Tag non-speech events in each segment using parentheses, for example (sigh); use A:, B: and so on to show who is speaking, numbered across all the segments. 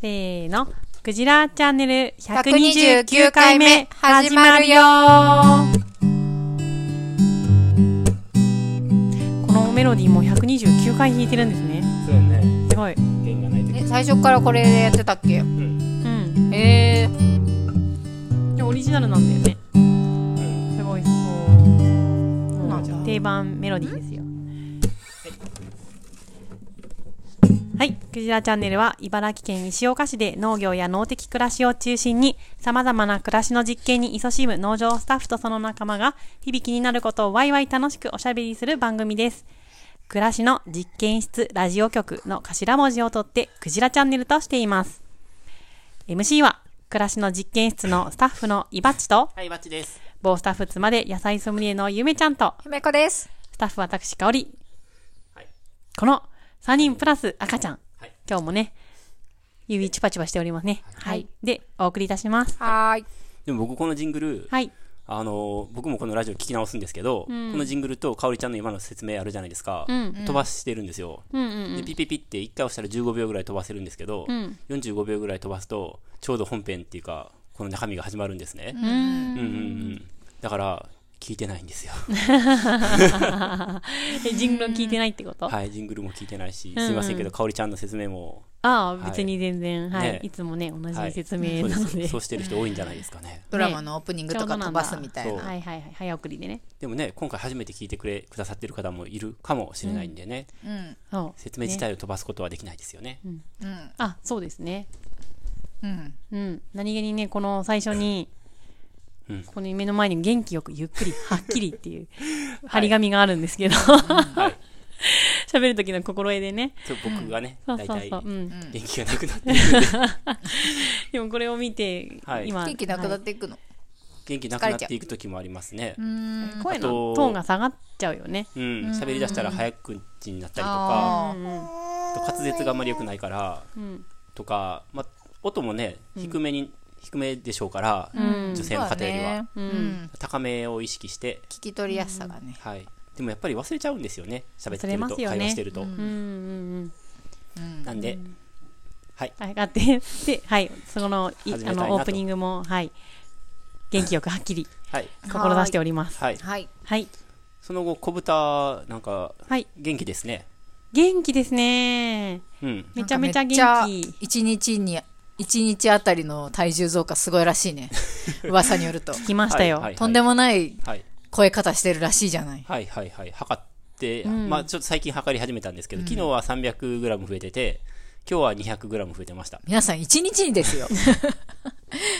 A: せーの。クジラチャンネル129
B: 129
A: 回
B: 回
A: 目
B: 目
A: 始
B: 始
A: ま
B: ま
A: る
B: る
A: よ
B: よ
A: このメロディーも129回弾いてるんですね。
C: そうやね
A: すごい。
C: 弦がないと
B: え最初からこれでやってたっけ
C: うん
A: うん。
B: えー、
A: でもオリジナルなんだよね。
C: うん
A: すごい。そう
B: うなんだ
A: もう定番メロディーですよ。はい。クジラチャンネルは茨城県石岡市で農業や農的暮らしを中心に様々な暮らしの実験に勤しむ農場スタッフとその仲間が日々気になることをワイワイ楽しくおしゃべりする番組です。暮らしの実験室ラジオ局の頭文字を取ってクジラチャンネルとしています。MC は暮らしの実験室のスタッフのイバッチと
C: はいバッチです
A: 某スタッフ妻で野菜ソムリエのゆめちゃんと、
B: ひめこです。
A: スタッフ私香織。
C: はい
A: この3人プラス赤ちゃん。
C: はい
A: 今日もね、指チュパチュパしておりますね。
B: はい
A: で、お送りいたします。
B: はーい。
C: でも僕このジングル、
A: はい。
C: あのー僕もこのラジオ聞き直すんですけど、このジングルと香織ちゃんの今の説明あるじゃないですか、
A: ん
C: 飛ばしてるんですよ、
A: うんうん
C: でピピピって1回押したら15秒ぐらい飛ばせるんですけど、
A: ん
C: 45秒ぐらい飛ばすとちょうど本編っていうかこの中身が始まるんですね、
A: うん。うん
C: うんうんうん、だから聞いてない
A: (laughs)
C: んですよ
A: え、ジングル聞いてないってこと、
C: はいジングルも聞いてないし
A: んうん
C: すいませんけど香織ちゃんの説明も、
A: ああ、別に全然、はい、
C: い
A: い
C: ね
A: つもね、同
C: は
A: じ
C: い
A: 説明な
C: そ
A: の
C: う
A: で。
C: すそうしてる人多いんじゃないですかね
B: ドラマのオープニングとか飛ばすみたい
C: そう
B: な。
A: はいはいはい、早送りでね。
C: でもね今回初めて聞いてくれくださってる方もいるかもしれないんでね、
B: うん。
A: そう。
C: 説明自体を飛ばすことはできないですよね。
B: うん。
A: あ、そうですね。
B: うん。
A: うん。何気にね、この最初に、
C: うん
A: この夢の前に元気よくゆっくり、はっきりっていう、張り紙があるんです
C: (laughs)
A: けど、
C: はい。
A: (laughs) 喋る時の心得でね。
C: そう僕がね、
A: そう
C: 大
A: そう
C: 体
A: そう。う
C: 元
A: ん。
C: 気がなくなって
A: (laughs)
C: るんで、
A: でもこれを見て、
C: はい
A: 今。
B: 元気なくなっ
A: は
B: ていくの。
C: 元気なくなっていく時もありますね
B: う。ん
A: い。声の
C: あと
A: トーンが下がっちゃうよね。
C: うん、喋り出したら早口になったりとか、
B: あー
C: あと滑舌があんまり良くないから
A: うん。
C: とか、ま音もね低めに、低めでしょうから、
A: ん
C: 女性の方よりは、
B: そうだねうん。
C: 高めを意識して、
B: 聞き取りやすさがね。
C: はい。でもやっぱり忘れちゃうんですよね。喋って
A: 忘れ
C: る
A: ま
C: と、
A: すよね
C: 会話してると、
A: うんうんうん。
B: うん。
C: なんで、
A: はい、あって、 (laughs) で、はい、その、い
C: 始めた
A: あ
C: いなと
A: の、オープニングも、はい、元気よくはっきり、
C: はい
A: 志しております。
C: はい。
B: はい。
A: はい。
C: その後小豚なんか
A: はい。
C: 元気ですね。
A: 元気ですね。
C: うん。
A: めちゃめちゃ
B: なん
A: 元
B: かめっち
A: 気
B: ゃ。一日に、一日あたりの体重増加すごいらしい
C: (laughs)
B: ね。噂によると。
A: 来ましたよ。
C: はいはい
B: とんでもない
C: はい。
B: 声方してるらしいじゃない。
C: はいはいはい測って、まあちょっと最近測り始めたんですけど、昨日は 300g 増えてて今日は 200g 増えてました
B: 皆さん一日にですよ。 (laughs)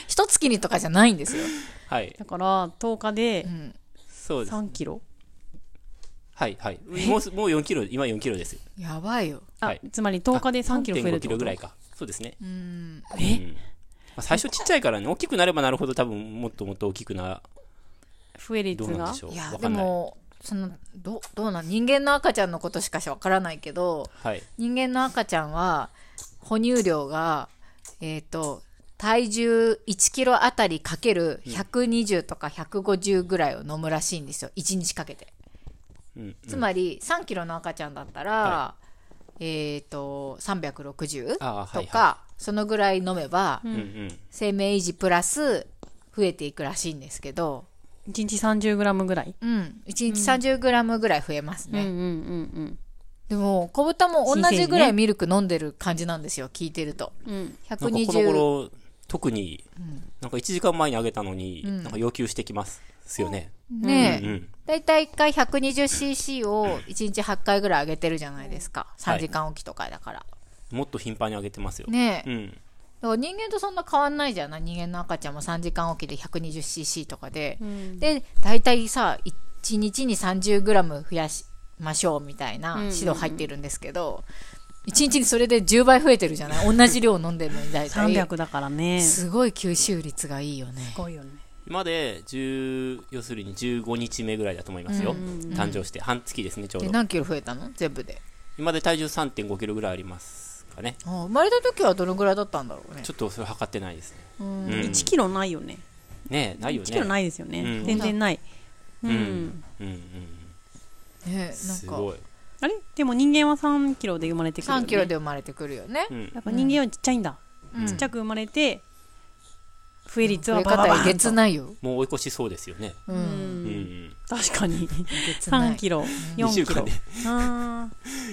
B: 一月にとかじゃないんですよ。
C: はい
A: だから、10日で
B: ん
C: そうです
A: 3キロ、
C: はいはいもうすもう4キロ今4キロです
B: やばいよ。
A: あ
C: はい
A: つまり10日で3キロ増えるって
C: 5キ
A: こ
C: ロ
A: と
C: ぐらいかそうですね、ま
B: うん。
C: あ、最初ちっちゃいからね大きくなればなるほど多分もっともっと大きくな
A: 増え率
C: どうなん
A: が
C: でしょう
B: いや
C: わ、
B: で
C: かんない
B: も、その、どう、どうなん、人間の赤ちゃんのことしかしわからないけど、
C: はい
B: 人間の赤ちゃんは、哺乳量が、えっ、と、体重1キロあたりかける120とか150ぐらいを飲むらしいんですよ。1日かけて。
C: うん
B: つまり、3キロの赤ちゃんだったら、
C: は
B: えっ、と、360とか、
C: あーはい
B: そのぐらい飲めば、
C: うんうん
B: 生命維持プラス増えていくらしいんですけど、
A: 1日30グラムぐらい。
B: うん、1日3 0ムぐらい増えます
A: うんう
B: ね。
A: んうん
B: でも、小豚も同じぐらいミルク飲んでる感じなんですよ、聞いてると。
A: うん。うん。
C: なんかこの
B: 120。
C: 頃特に、なんか1時間前にあげたのに、なんか要求してきますですよね、
B: ね
C: う
B: え。
C: ん、
B: だいたい1回 120cc を1日8回ぐらい上げてるじゃないですか。
C: は
B: 3
C: い
B: 時間おきとかだから。
C: もっと頻繁にあげてますよ、
B: ねえ。
C: うん
B: だから人間とそんな変わんないじゃない人間の赤ちゃんも3時間おきで 120cc とかで。で、だいたいさ、1日に 30g 増やしましょうみたいな指導入ってるんですけど、1日にそれで10倍増えてるじゃない同じ量飲んでるのに大体。
A: 300だからね。す
B: すごい吸収率がいいよね。
A: ごいよね。
C: まで10要するに15日目ぐらいだと思いますよ、誕生して半月ですねちょう
B: で
C: ど
B: 何キロ増えたの全部で
C: 今で体重3 5キロぐらいありますかね
B: あー生まれた時はどのぐらいだったんだろうね
C: ちょっとそれ測ってないですね、うん
A: 1キロないよね。
C: ねえないよね
A: 1キロないですよね。
C: うん
A: 全然ない。うん。
C: うんうん
B: ね
C: す
B: なんか
C: ごい、
A: あれでも人間は3キロで生まれてくるよ、ね。
B: 3キロで生まれてくるよね
C: うん
A: やっぱ人間はちっちゃいんだ。
B: うん
A: ちっちゃく生まれて、増え率
B: 増
A: は
B: え
A: ババ
B: 方
A: バ
B: え
A: ー
B: げ
A: ン
B: つ
A: と
B: ないよ。
C: もう追い越しそうですよね。
B: う。
A: うん。
C: うんん。
A: 確かに。
B: えげつな
A: 3
B: い。
A: キロ、
C: 2
A: 4
C: 週
A: キ
C: 間
A: ロ
C: で。
A: あ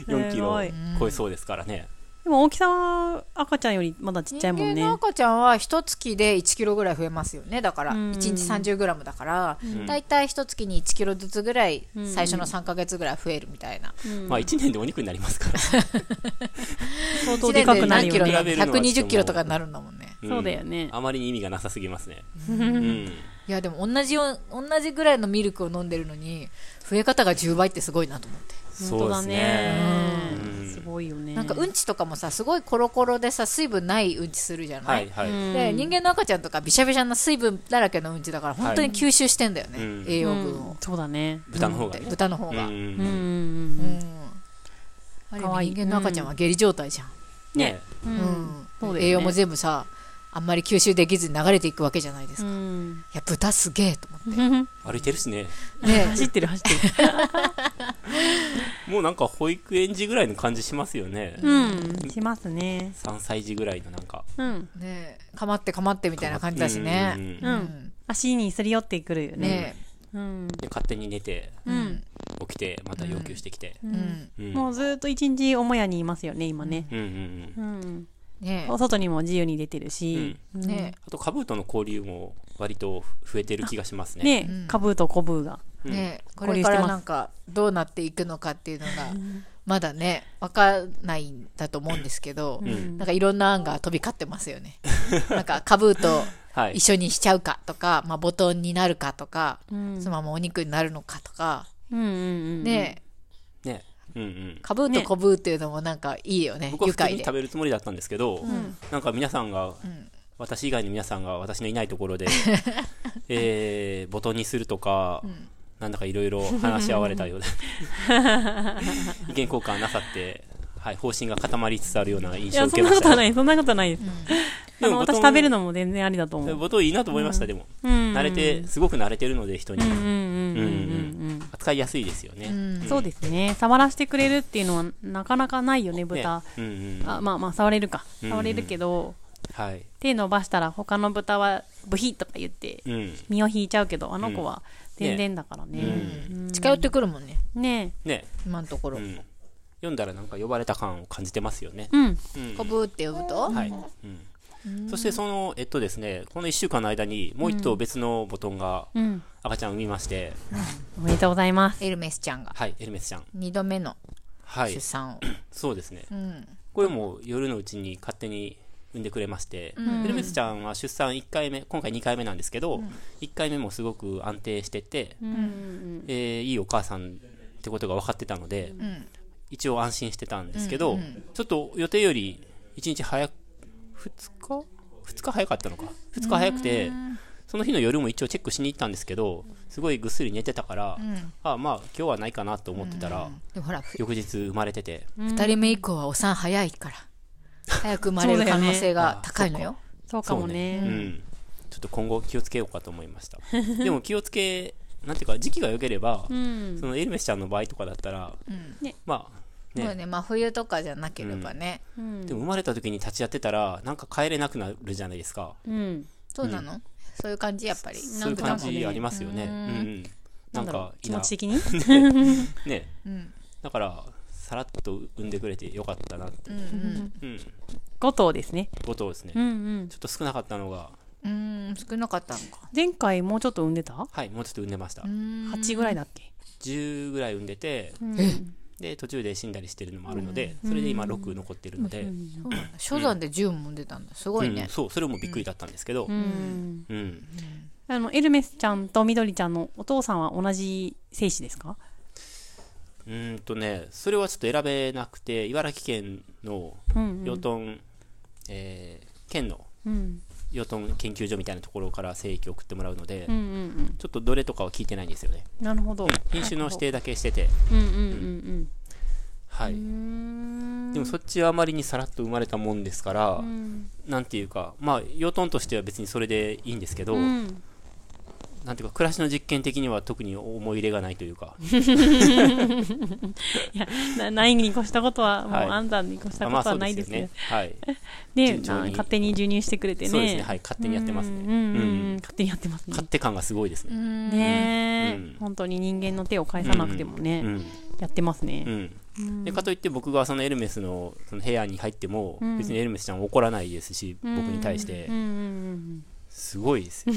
A: ー
C: 4キ
A: すごい
C: ロ超えそうですからね。
A: でも大きさは赤ちゃんよりまだちっちゃいもん
B: 人
A: ね
B: 間の。赤ちゃんは一月で1キロぐらい増えますよねだから
A: うん
B: 1日3 0ムだから
C: ん
B: だいたい一月に1キロずつぐらい
A: うん
B: 最初の3ヶ月ぐらい増えるみたいな
C: まあ1年でお肉になりますから。
A: 相当
B: 1
A: で
B: 年
A: かく
B: で
A: なる
B: 何
A: よ
B: キロ
A: ね。
B: に
C: 比べるのはちょっともう
B: 120キロとかになるんだもんね
C: ん
A: そうだよね
C: あまりに意味がなさすぎますね。うん。
B: いやでも同じよ同じぐらいのミルクを飲んでるのに増え方が10倍ってすごいなと思って
A: 本
C: そ
A: 当
C: うで
A: だ
C: すね。
A: ね。
C: うん
A: すごいよね。
B: なんかうんちとかもさすごいコロコロでさ水分ないうんちするじゃな
C: はいいはい。
B: で人間の赤ちゃんとかびしゃびしゃな水分だらけのうんちだから本当に吸収してんだよね、
C: はいうん
B: 栄養分
A: う
B: を
A: ん、そうだね。
C: 豚の方がね。
B: 豚の方
C: う
B: が、
A: うんうん
C: ん。
A: うん。
B: うん、
A: かわいい
B: 人間の赤ちゃんは下痢状態じゃん、
C: ね。
A: う
B: うん
A: んそうだよね
B: 栄養も全部さあんまり吸収できずに流れていくわけじゃないです
A: う
B: か、い
A: ん。
B: や豚すげえと思っ
C: 歩いてるしね。
B: てね
A: 走ってる走ってる。
C: もうなんか保育園児ぐらいの感じしますよね。
A: うん。しますね。
C: 3歳児ぐらいのなんか。
A: うん。 (laughs)
B: えねえかまってかまってみたいな感じだしね
C: うん
A: うん足にすり寄ってくるよ
B: うん
A: ね。
B: ね
A: うん。
C: で勝手に寝て、
B: えうん
C: 起きて、また要求してきて。
B: う、
A: うんん。
C: うん。
A: もうずっと一日母屋にいますよね、今ね。
C: うんうんうん。
A: うん。
B: ねえ
A: お外にも自由に出てるし。うん
B: ね
C: あと、カブーとの交流も割と増えてる気がしますね。
A: ね
B: うん
A: カブーとコブーが。
B: え
C: うん
B: ねえこ
A: 交流
B: れ
A: してます
B: からなんかどうなっていくのかっていうのがまだねわかんないんだと思うんですけど、
C: ん
B: なんかいろんな案が飛び交ってます
C: (laughs)
B: よねなんかカブーと
C: はい
B: 一。緒にしちゃうかとか、まあ、ボトンになるかとか、
A: うん
B: そのままお肉になるのかとか、
A: うんうんうん。
B: ね
C: ね。うんうん。
B: かぶうとこぶうっていうのもなんかいいよね
C: 僕は
B: 愉
C: 普通
B: 快
C: に
B: で
C: 食べるつもりだったんですけど、なんか皆さんが、私以外の皆さんが私のいないところで、
A: (laughs)
C: えー、ボトンにするとか、なんだかいろいろ話し合われた
A: (laughs)
C: ようで、意見交換なさって、はい、方針が固まりつつあるような印
A: い
C: 象を
A: や、
C: 受
A: そ
C: け
A: ん
C: ま
A: な
C: し
A: こ
C: た
A: とは
C: ね、
A: ない、そんなことないです。あ
C: で
A: の、
C: も
A: 私食べるのも全然ありだと思う。
C: ボトンいいなと思いました、でも。
A: うん。
C: 慣れて、すごく慣れてるので、人に。
A: うんうんうんうん
C: 扱いやすいですよね。
A: うん。そうですね。触らせてくれるっていうのはなかなかないよね、豚。
C: ねうんうん。
A: あまあまあ、触れるか。
C: うん
A: 触れるけど、
C: はい。
A: 手伸ばしたら他の豚はブヒッとか言って
C: うん。
A: 身を引いちゃうけど、あの子は全然だからね。
B: うん近寄ってくるもんね
A: ね
C: ね。
B: 今のところ、
C: うん。読んだらなんか呼ばれた感を感じてますよね。
A: え。うん。
C: うん
B: こぶうって呼ぶと、
C: はい、うん、そしてそのえっとですねこの1週間の間にもう1頭別のボトンが
A: うん。
C: 赤ちゃんを産みまして、
A: おめでとうございます。
B: エルメスちゃんが
C: はいエルメスちゃん
B: 2度目の
C: はい
B: 出産を、
C: そうですね
B: うん
C: これも夜のうちに勝手に産んでくれまして、エルメスちゃんは出産1回目今回2回目なんですけど、1回目もすごく安定してて、
A: うん。
C: えーいいお母さんってことが分かってたので、
B: ん
C: 一応安心してたんですけど、ちょっと予定より1日早く2日2日早かったのか2日早くて、その日の夜も一応チェックしに行ったんですけどすごいぐっすり寝てたから、あまあ今日はないかなと思ってたら、
B: でもほらふ
C: 翌日生まれてて、
B: 2人目以降はお産早いから早く生まれる可能性が高いのよ
A: そうかも
C: そう
A: ね。
C: うん、ちょっと今後気をつけようかと思いました
A: (laughs)
C: でも気をつけなんていうか時期が良ければ、
A: うん。
C: そのエルメスちゃんの場合とかだったら、
A: ね
C: まあね
B: もうね真冬とかじゃなければね、
A: うん
C: でも生まれた時に立ち会ってたらなんか帰れなくなるじゃないですか
A: うん。
B: そうなの、そういう感じやっぱり
C: そうい
B: なん
C: う感
B: となく
C: じありますよねうんうんなんかい
A: 気
C: いな
A: 持ち的に
C: (laughs) ね
B: うん
C: だからさらっと産んでくれてよかったなって
B: うんうん
C: うん
A: 5頭ですね。
C: ことですね
A: うんうん
C: ちょ。っと少なかったのが
B: うん少なかったのか
A: 前回もうちょっと産んでた
C: はいもうちょっと産んでました
B: うん
A: 8ぐらいだっけ
C: 10ぐらい産んでてで途中で死んだりしてるのもあるのでそれで今6残ってるので
B: そうなんだ初段で10も出たんだすごい
C: うん
B: ね、
C: そうそれもびっくりだったんですけど
A: うん。
C: うん
A: あの、エルメスちゃんとみどりちゃんのお父さんは同じ精子ですか
C: うーんとねそれはちょっと選べなくて茨城県の
A: うん
C: 養豚えー県の
A: うん。
C: 養豚研究所みたいなところから精液を送ってもらうので
A: うんうんうん。
C: ちょっとどれとかは聞いてないんですよね
A: なるほど。
C: 品種の指定だけしてて
A: うんうんうん
C: はい
A: うん。うーん。
C: でもそっちはあまりにさらっと生まれたもんですから、なんていうかまあ養豚としては別にそれでいいんですけど、
A: うん。
C: なんていうか暮らしの実験的には特に思い入れがないというか、
A: いやなないに越したことは、もう
C: はい
A: 安産に越した
C: あま
A: こと
C: あそ
A: は
C: う
A: ないで
C: で
A: すす
C: よね
A: ね。
C: はい、
A: ね
C: 順調
A: な
C: に
A: 勝手に授乳してくれてね。
C: そうですね、はい、勝手にやってますね。
A: うんうんうん
C: うん
A: 勝手にやってますね。
C: 勝手感がすごいですね。
B: ん
A: ねえ、
C: うん
A: 本当に人間の手を返さなくてもね、
C: うん
A: やってます
C: う
A: ね。
C: んでかといって僕がそのエルメスのその部屋に入っても
A: うん
C: 別にエルメスちゃんは怒らないですし、僕に対して
A: うんうんうん
C: すごいですよ、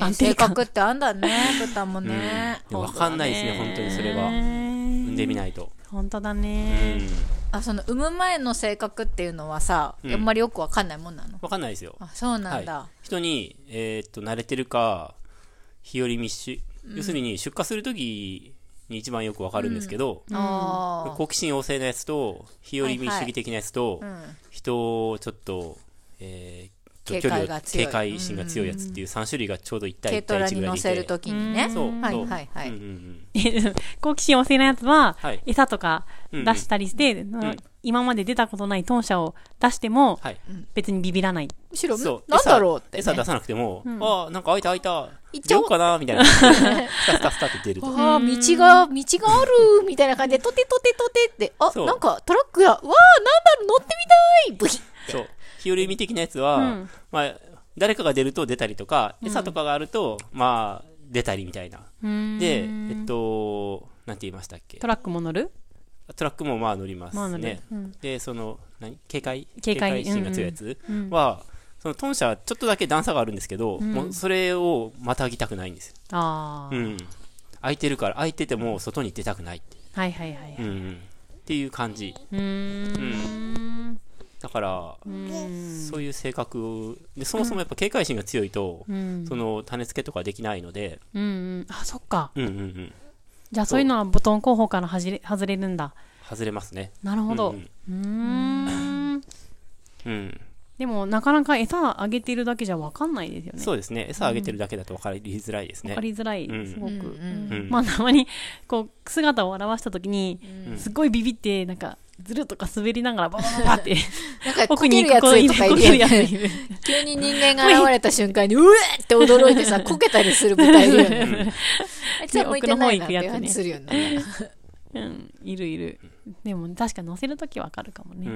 A: 安定
B: 性
A: 感
B: 格ってあん
A: (laughs)
B: だね、豚も
C: うん
B: ね。
C: で分かんないですね本当にそれは
A: 産
C: 産んでみないと、
A: 本当だ
C: うん
A: ね、
B: あ、その産む前の性格っていうのはさ、
C: うん
B: あんまりよくわかんないもんなの。
C: 分かんないですよ
B: あ、そうなん
C: は
B: だ。
C: い、人に、えーっと慣れてるか日和密集、要するに出荷する時に一番よく分かるんですけど、
B: ああ。
C: 好奇心旺盛なやつと日和密主義的なやつと、
B: うん。
C: 人をちょっと、えー、
B: 警戒が
C: を
B: 強い
C: 警戒心が強いやつっていう3種類がちょうど1
B: 軽
C: 対1
B: ト
C: 対
B: ラ
C: 1
B: に
C: ぐらい
B: 乗
C: でい
B: せ
C: て
B: るときにね。
C: そう
B: はい
C: そう
B: はいはい
C: うんうんうん、
A: (laughs) 好奇心旺盛なやつは、
C: はい
A: 餌とか出したりして、
C: ん
A: 今まで出たことないトンシャを出しても、
C: はい、
A: 別にビビらない。
B: むしろ、
C: そう
B: なんだろうってね。
C: 餌餌出さなくても、ああなんか開いた開いた
B: 行っち
C: 出
B: ゃお
C: よ
B: う
C: うかなみたいなスタスタスタって出ると
B: (laughs) ああ、道が、道がある、みたいな感じで、とてとてとてって、あ、
C: そう
B: なんかトラックや、わあ、なんだろう、乗ってみたいブヒ
C: そう日和見的なやつは、
A: うん
C: まあ、誰かが出ると出たりとか餌とかがあると、まあ出たりみたいなで
A: で
C: えっとなんて言いましたっけ
A: トラックも乗る
C: トラックもまあ乗りますね、
A: まあ乗るうん
C: でその何警戒
A: 警戒
C: 心が強いやつは、そのトンシャはちょっとだけ段差があるんですけど、もうそれをまたぎたくないんですよ、
A: ああ、
C: うん、空いてるから空いてても外に出たくないって,、
A: はいはいはいはい。
C: うんうん、っていう感じ
A: うーん。
C: だから、そういう性格でそもそもやっぱ警戒心が強いと、
A: うん。
C: その種付けとかできないので、
A: うんうん。あ、そっか。
C: うんうんうん、
A: じゃあそういうのはボトン候補から外れ外れるんだ。
C: 外れますね
A: なるほど。
C: うん
A: うーん。
C: うん、
A: でも、なかなか餌あげてるだけじゃわかんないですよね。
C: そうですね餌あげてるだけだと分かりづらいですね
A: わか、りづらい、
C: うん
A: すごく。
B: うんうん
C: うん
A: まあ、たまに、こう、姿を現したときに、すっごいビビって、なんか、ずるとか滑りながら、バババババって、
B: なんか、こ
A: (laughs) 奥
B: け
A: に
B: る
A: 行
B: や
A: く子
B: つ
A: い
B: とか
A: る
B: い
A: こ
B: る
A: ける
B: よ
A: やつ
B: ね。
A: いる。
B: (laughs) 急に人間が現れた瞬間に、うえって驚いてさ、こけたりする舞台いる
A: (laughs)
B: よね。あいつは向いてないなっていう感じするよね。
A: うん、いるいる。でも、確か乗せるときわかるかも
C: う
A: ね。
C: ん
B: う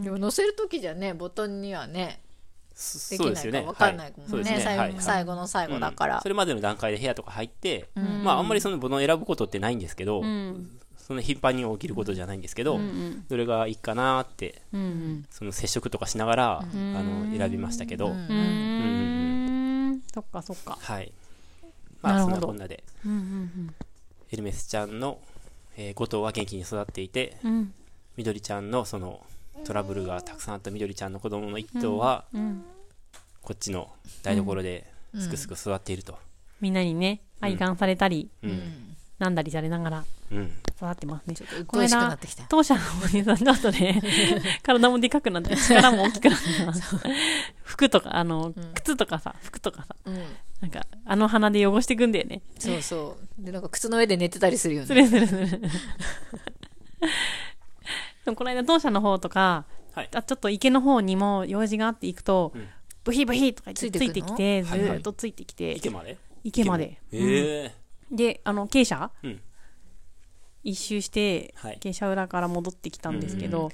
B: んでも乗せるときじゃね、ボトンにはね、で
C: そ
B: き
C: そうで
B: な
C: す
B: い
C: よ
B: か
C: ね
B: 分かんないも
C: そうんです
B: ね。最後
C: はい
B: の最後の最後だか
C: うん
B: ら
C: そ。れまでの段階で部屋とか入って、
B: ん
C: まああんまりそのボトン選ぶことってないんですけど、
A: うん。
C: その頻繁に起きることじゃないんですけど、
A: うん
C: それがいいかなーって
A: うん。うん
C: その接触とかしながら、あの選びましたけど、
A: うん。うーん。そっかそっか。
C: はいま
A: な
C: あ
A: る
C: そん
A: ほど
C: なこんなで
A: うんうん
C: エルメスちゃんの、え5頭は元気に育っていて
A: うん。うん。
C: みどりちゃんのそのトラブルがたくさんあったみどりちゃんの子供の1頭は、
A: ん
C: こっちの台所ですくすく育っていると、
A: みんなにね、愛玩されたり、
C: うん
A: なんだりされながら
C: うん
A: 育ってますね。ちょっと
B: 鬱陶しくなってきた
A: 当社のおじさんだとね、
B: (laughs)
A: 体もでかくなって、力も大きくなってます。服とか、あの、靴とかさ、服とかさ、
B: うん
A: なんか、あの鼻で汚していくんだよね。
B: そうそう。で、なんか靴の上で寝てたりするよ
A: す
B: ね。
A: るする
B: (laughs)
A: する。でもこの間当社の方とか、
C: はい
A: あちょっと池の方にも用事があって行くと、
C: ん
A: ブヒブヒとか言って
B: つ
A: つ
B: い
A: い
B: て
A: て
B: く
A: き
B: の
A: て、ず
C: はいはい
A: ーっとついてきて、
C: 池まで
A: 池まで。
C: ええ
A: で、あの、傾斜
C: うん
A: 一周して、
C: はい
A: 傾斜裏から戻ってきたんですけど、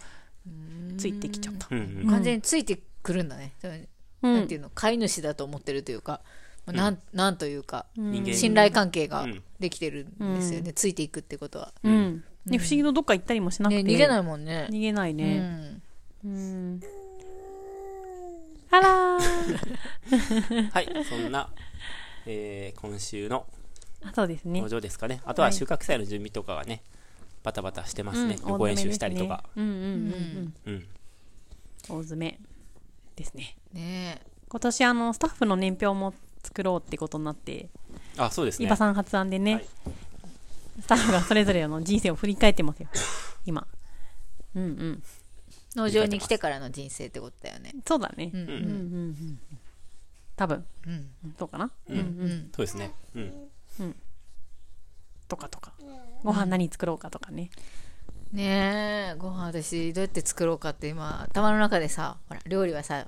A: ついてきちゃった。
C: うんうん
B: 完全についてくるんだね。
A: うん
B: なんていうの、飼い主だと思ってるというか、もうなんなんというか、
C: 人間
B: 信頼関係が
C: うん
B: できてるんですよね。ついていくってことは。
A: うん。で、不思議とどっか行ったりもしなく
B: ね、
A: て。
B: 逃げないもんね。
A: 逃げないうね。
B: ん。
A: うん。あ
C: (laughs)
A: らー。
C: はい、そんな、えー今週の
A: あそうですね
C: 農。場ですかね。あとは収穫祭の準備とかがね、バタバタしてますね。予行演習したりとか。
A: うんうんうんうん。
C: うん。
A: 大詰めですね。
B: ね
A: 今年、あの、スタッフの年表も作ろうってことになって、
C: あ、そうです
A: 伊
C: ね。
A: 庭さん発案でね、
C: はい
A: スタッフがそれぞれの人生を振り返ってますよ。今。うんうん。
B: 農場に来てからの人生ってことだよね。
A: そうだね。
B: うんう
A: うんうんんうん。多分、
B: うん。
A: そうかな。
B: うん。
C: そうですね。うん。
A: とかとか。ご飯何作ろうかとかね。
B: ねえ、ご飯私どうやって作ろうかって今頭の中でさ、ほら料理はさ、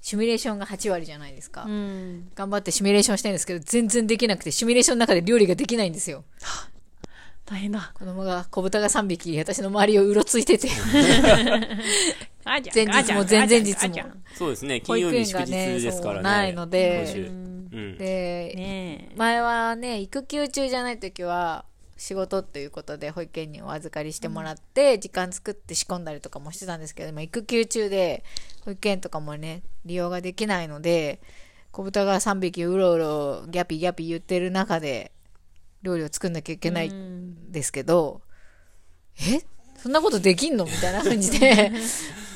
B: シミュレーションが8割じゃないですか、
A: うん。
B: 頑張ってシミュレーションしたいんですけど全然できなくてシミュレーションの中で料理ができないんですよ
A: 大変だ。
B: 子供が子豚が3匹私の周りをうろついてて
A: あじゃんあじゃんあ
B: 前日も前々日
A: じゃ
B: も
A: ん
C: そうですね
B: 保
C: 金曜
B: 育
C: 日
B: 園
C: 祝
B: が
C: 日
B: ね
C: ですから
B: そう
C: ね
B: ないので
C: 今週うん
B: で、
A: ねえ。
B: 前はね育休中じゃない時は仕事ということで保育園にお預かりしてもらって、時間作って仕込んだりとかもしてたんですけど今育休中で保育園とかもね利用ができないので子豚が3匹うろうろギャピギャピ言ってる中で料理を作んなきゃいけないんですけど、えそんなことできんのみたいな感じ
C: (laughs)
B: で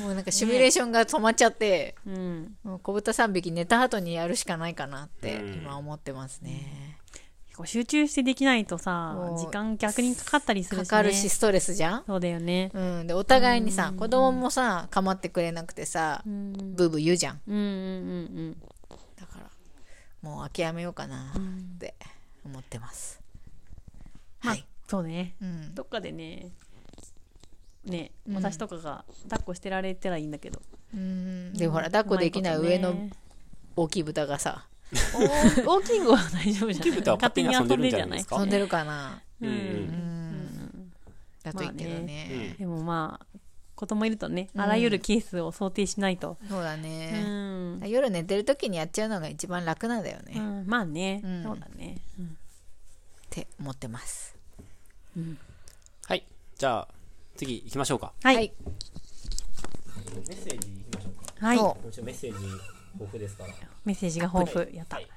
B: もうなんかシミュレーションが止まっちゃって、
A: うん。
B: もう子豚3匹寝た後にやるしかないかなって
C: うん
B: 今思ってますね。
A: 結構集中してできないとさ
B: そ、う
A: 時間逆にかかったりするし、
B: か
A: ね。
B: かるしストレスじゃん、
A: そうだよね。
B: うん、でお互いにさ子供もさ構ってくれなくてさ
A: うん。うん
B: ブーブー言うじゃん
A: うんうん
B: だからもう諦めようかなって思ってます、
A: まあ
B: はい、
A: そうね。
B: うん、
A: どっかでね、ね、
B: うん
A: 私とかが抱っこしてられたらいいんだけど。
B: うんでほら抱っこできないう
A: ま
B: 上
A: こと
B: の
A: ね
B: (laughs) 大きい豚がさ
A: 大きい子は大丈夫じゃない
C: 豚は勝手に遊んでるんじゃないです
B: (laughs)
C: か
B: 飛んでるかな
A: うん
B: うん、だといいけどね,、
C: うん
A: でもまあ子供いるとねあらゆるケースを想定しないと、
B: そうだ
A: うん
B: ね、夜寝てる時にやっちゃうのが一番楽なんだよね、
A: う
B: っ
A: んまあね、
B: うん
A: そうだね、
B: て思ってます
C: はいじゃあ次行きましょうか
A: はい、
C: メッセージ行きましょうか
A: はい
B: そ
C: 今週メッセージ豊富ですから
A: メッセージが豊富やった
C: はい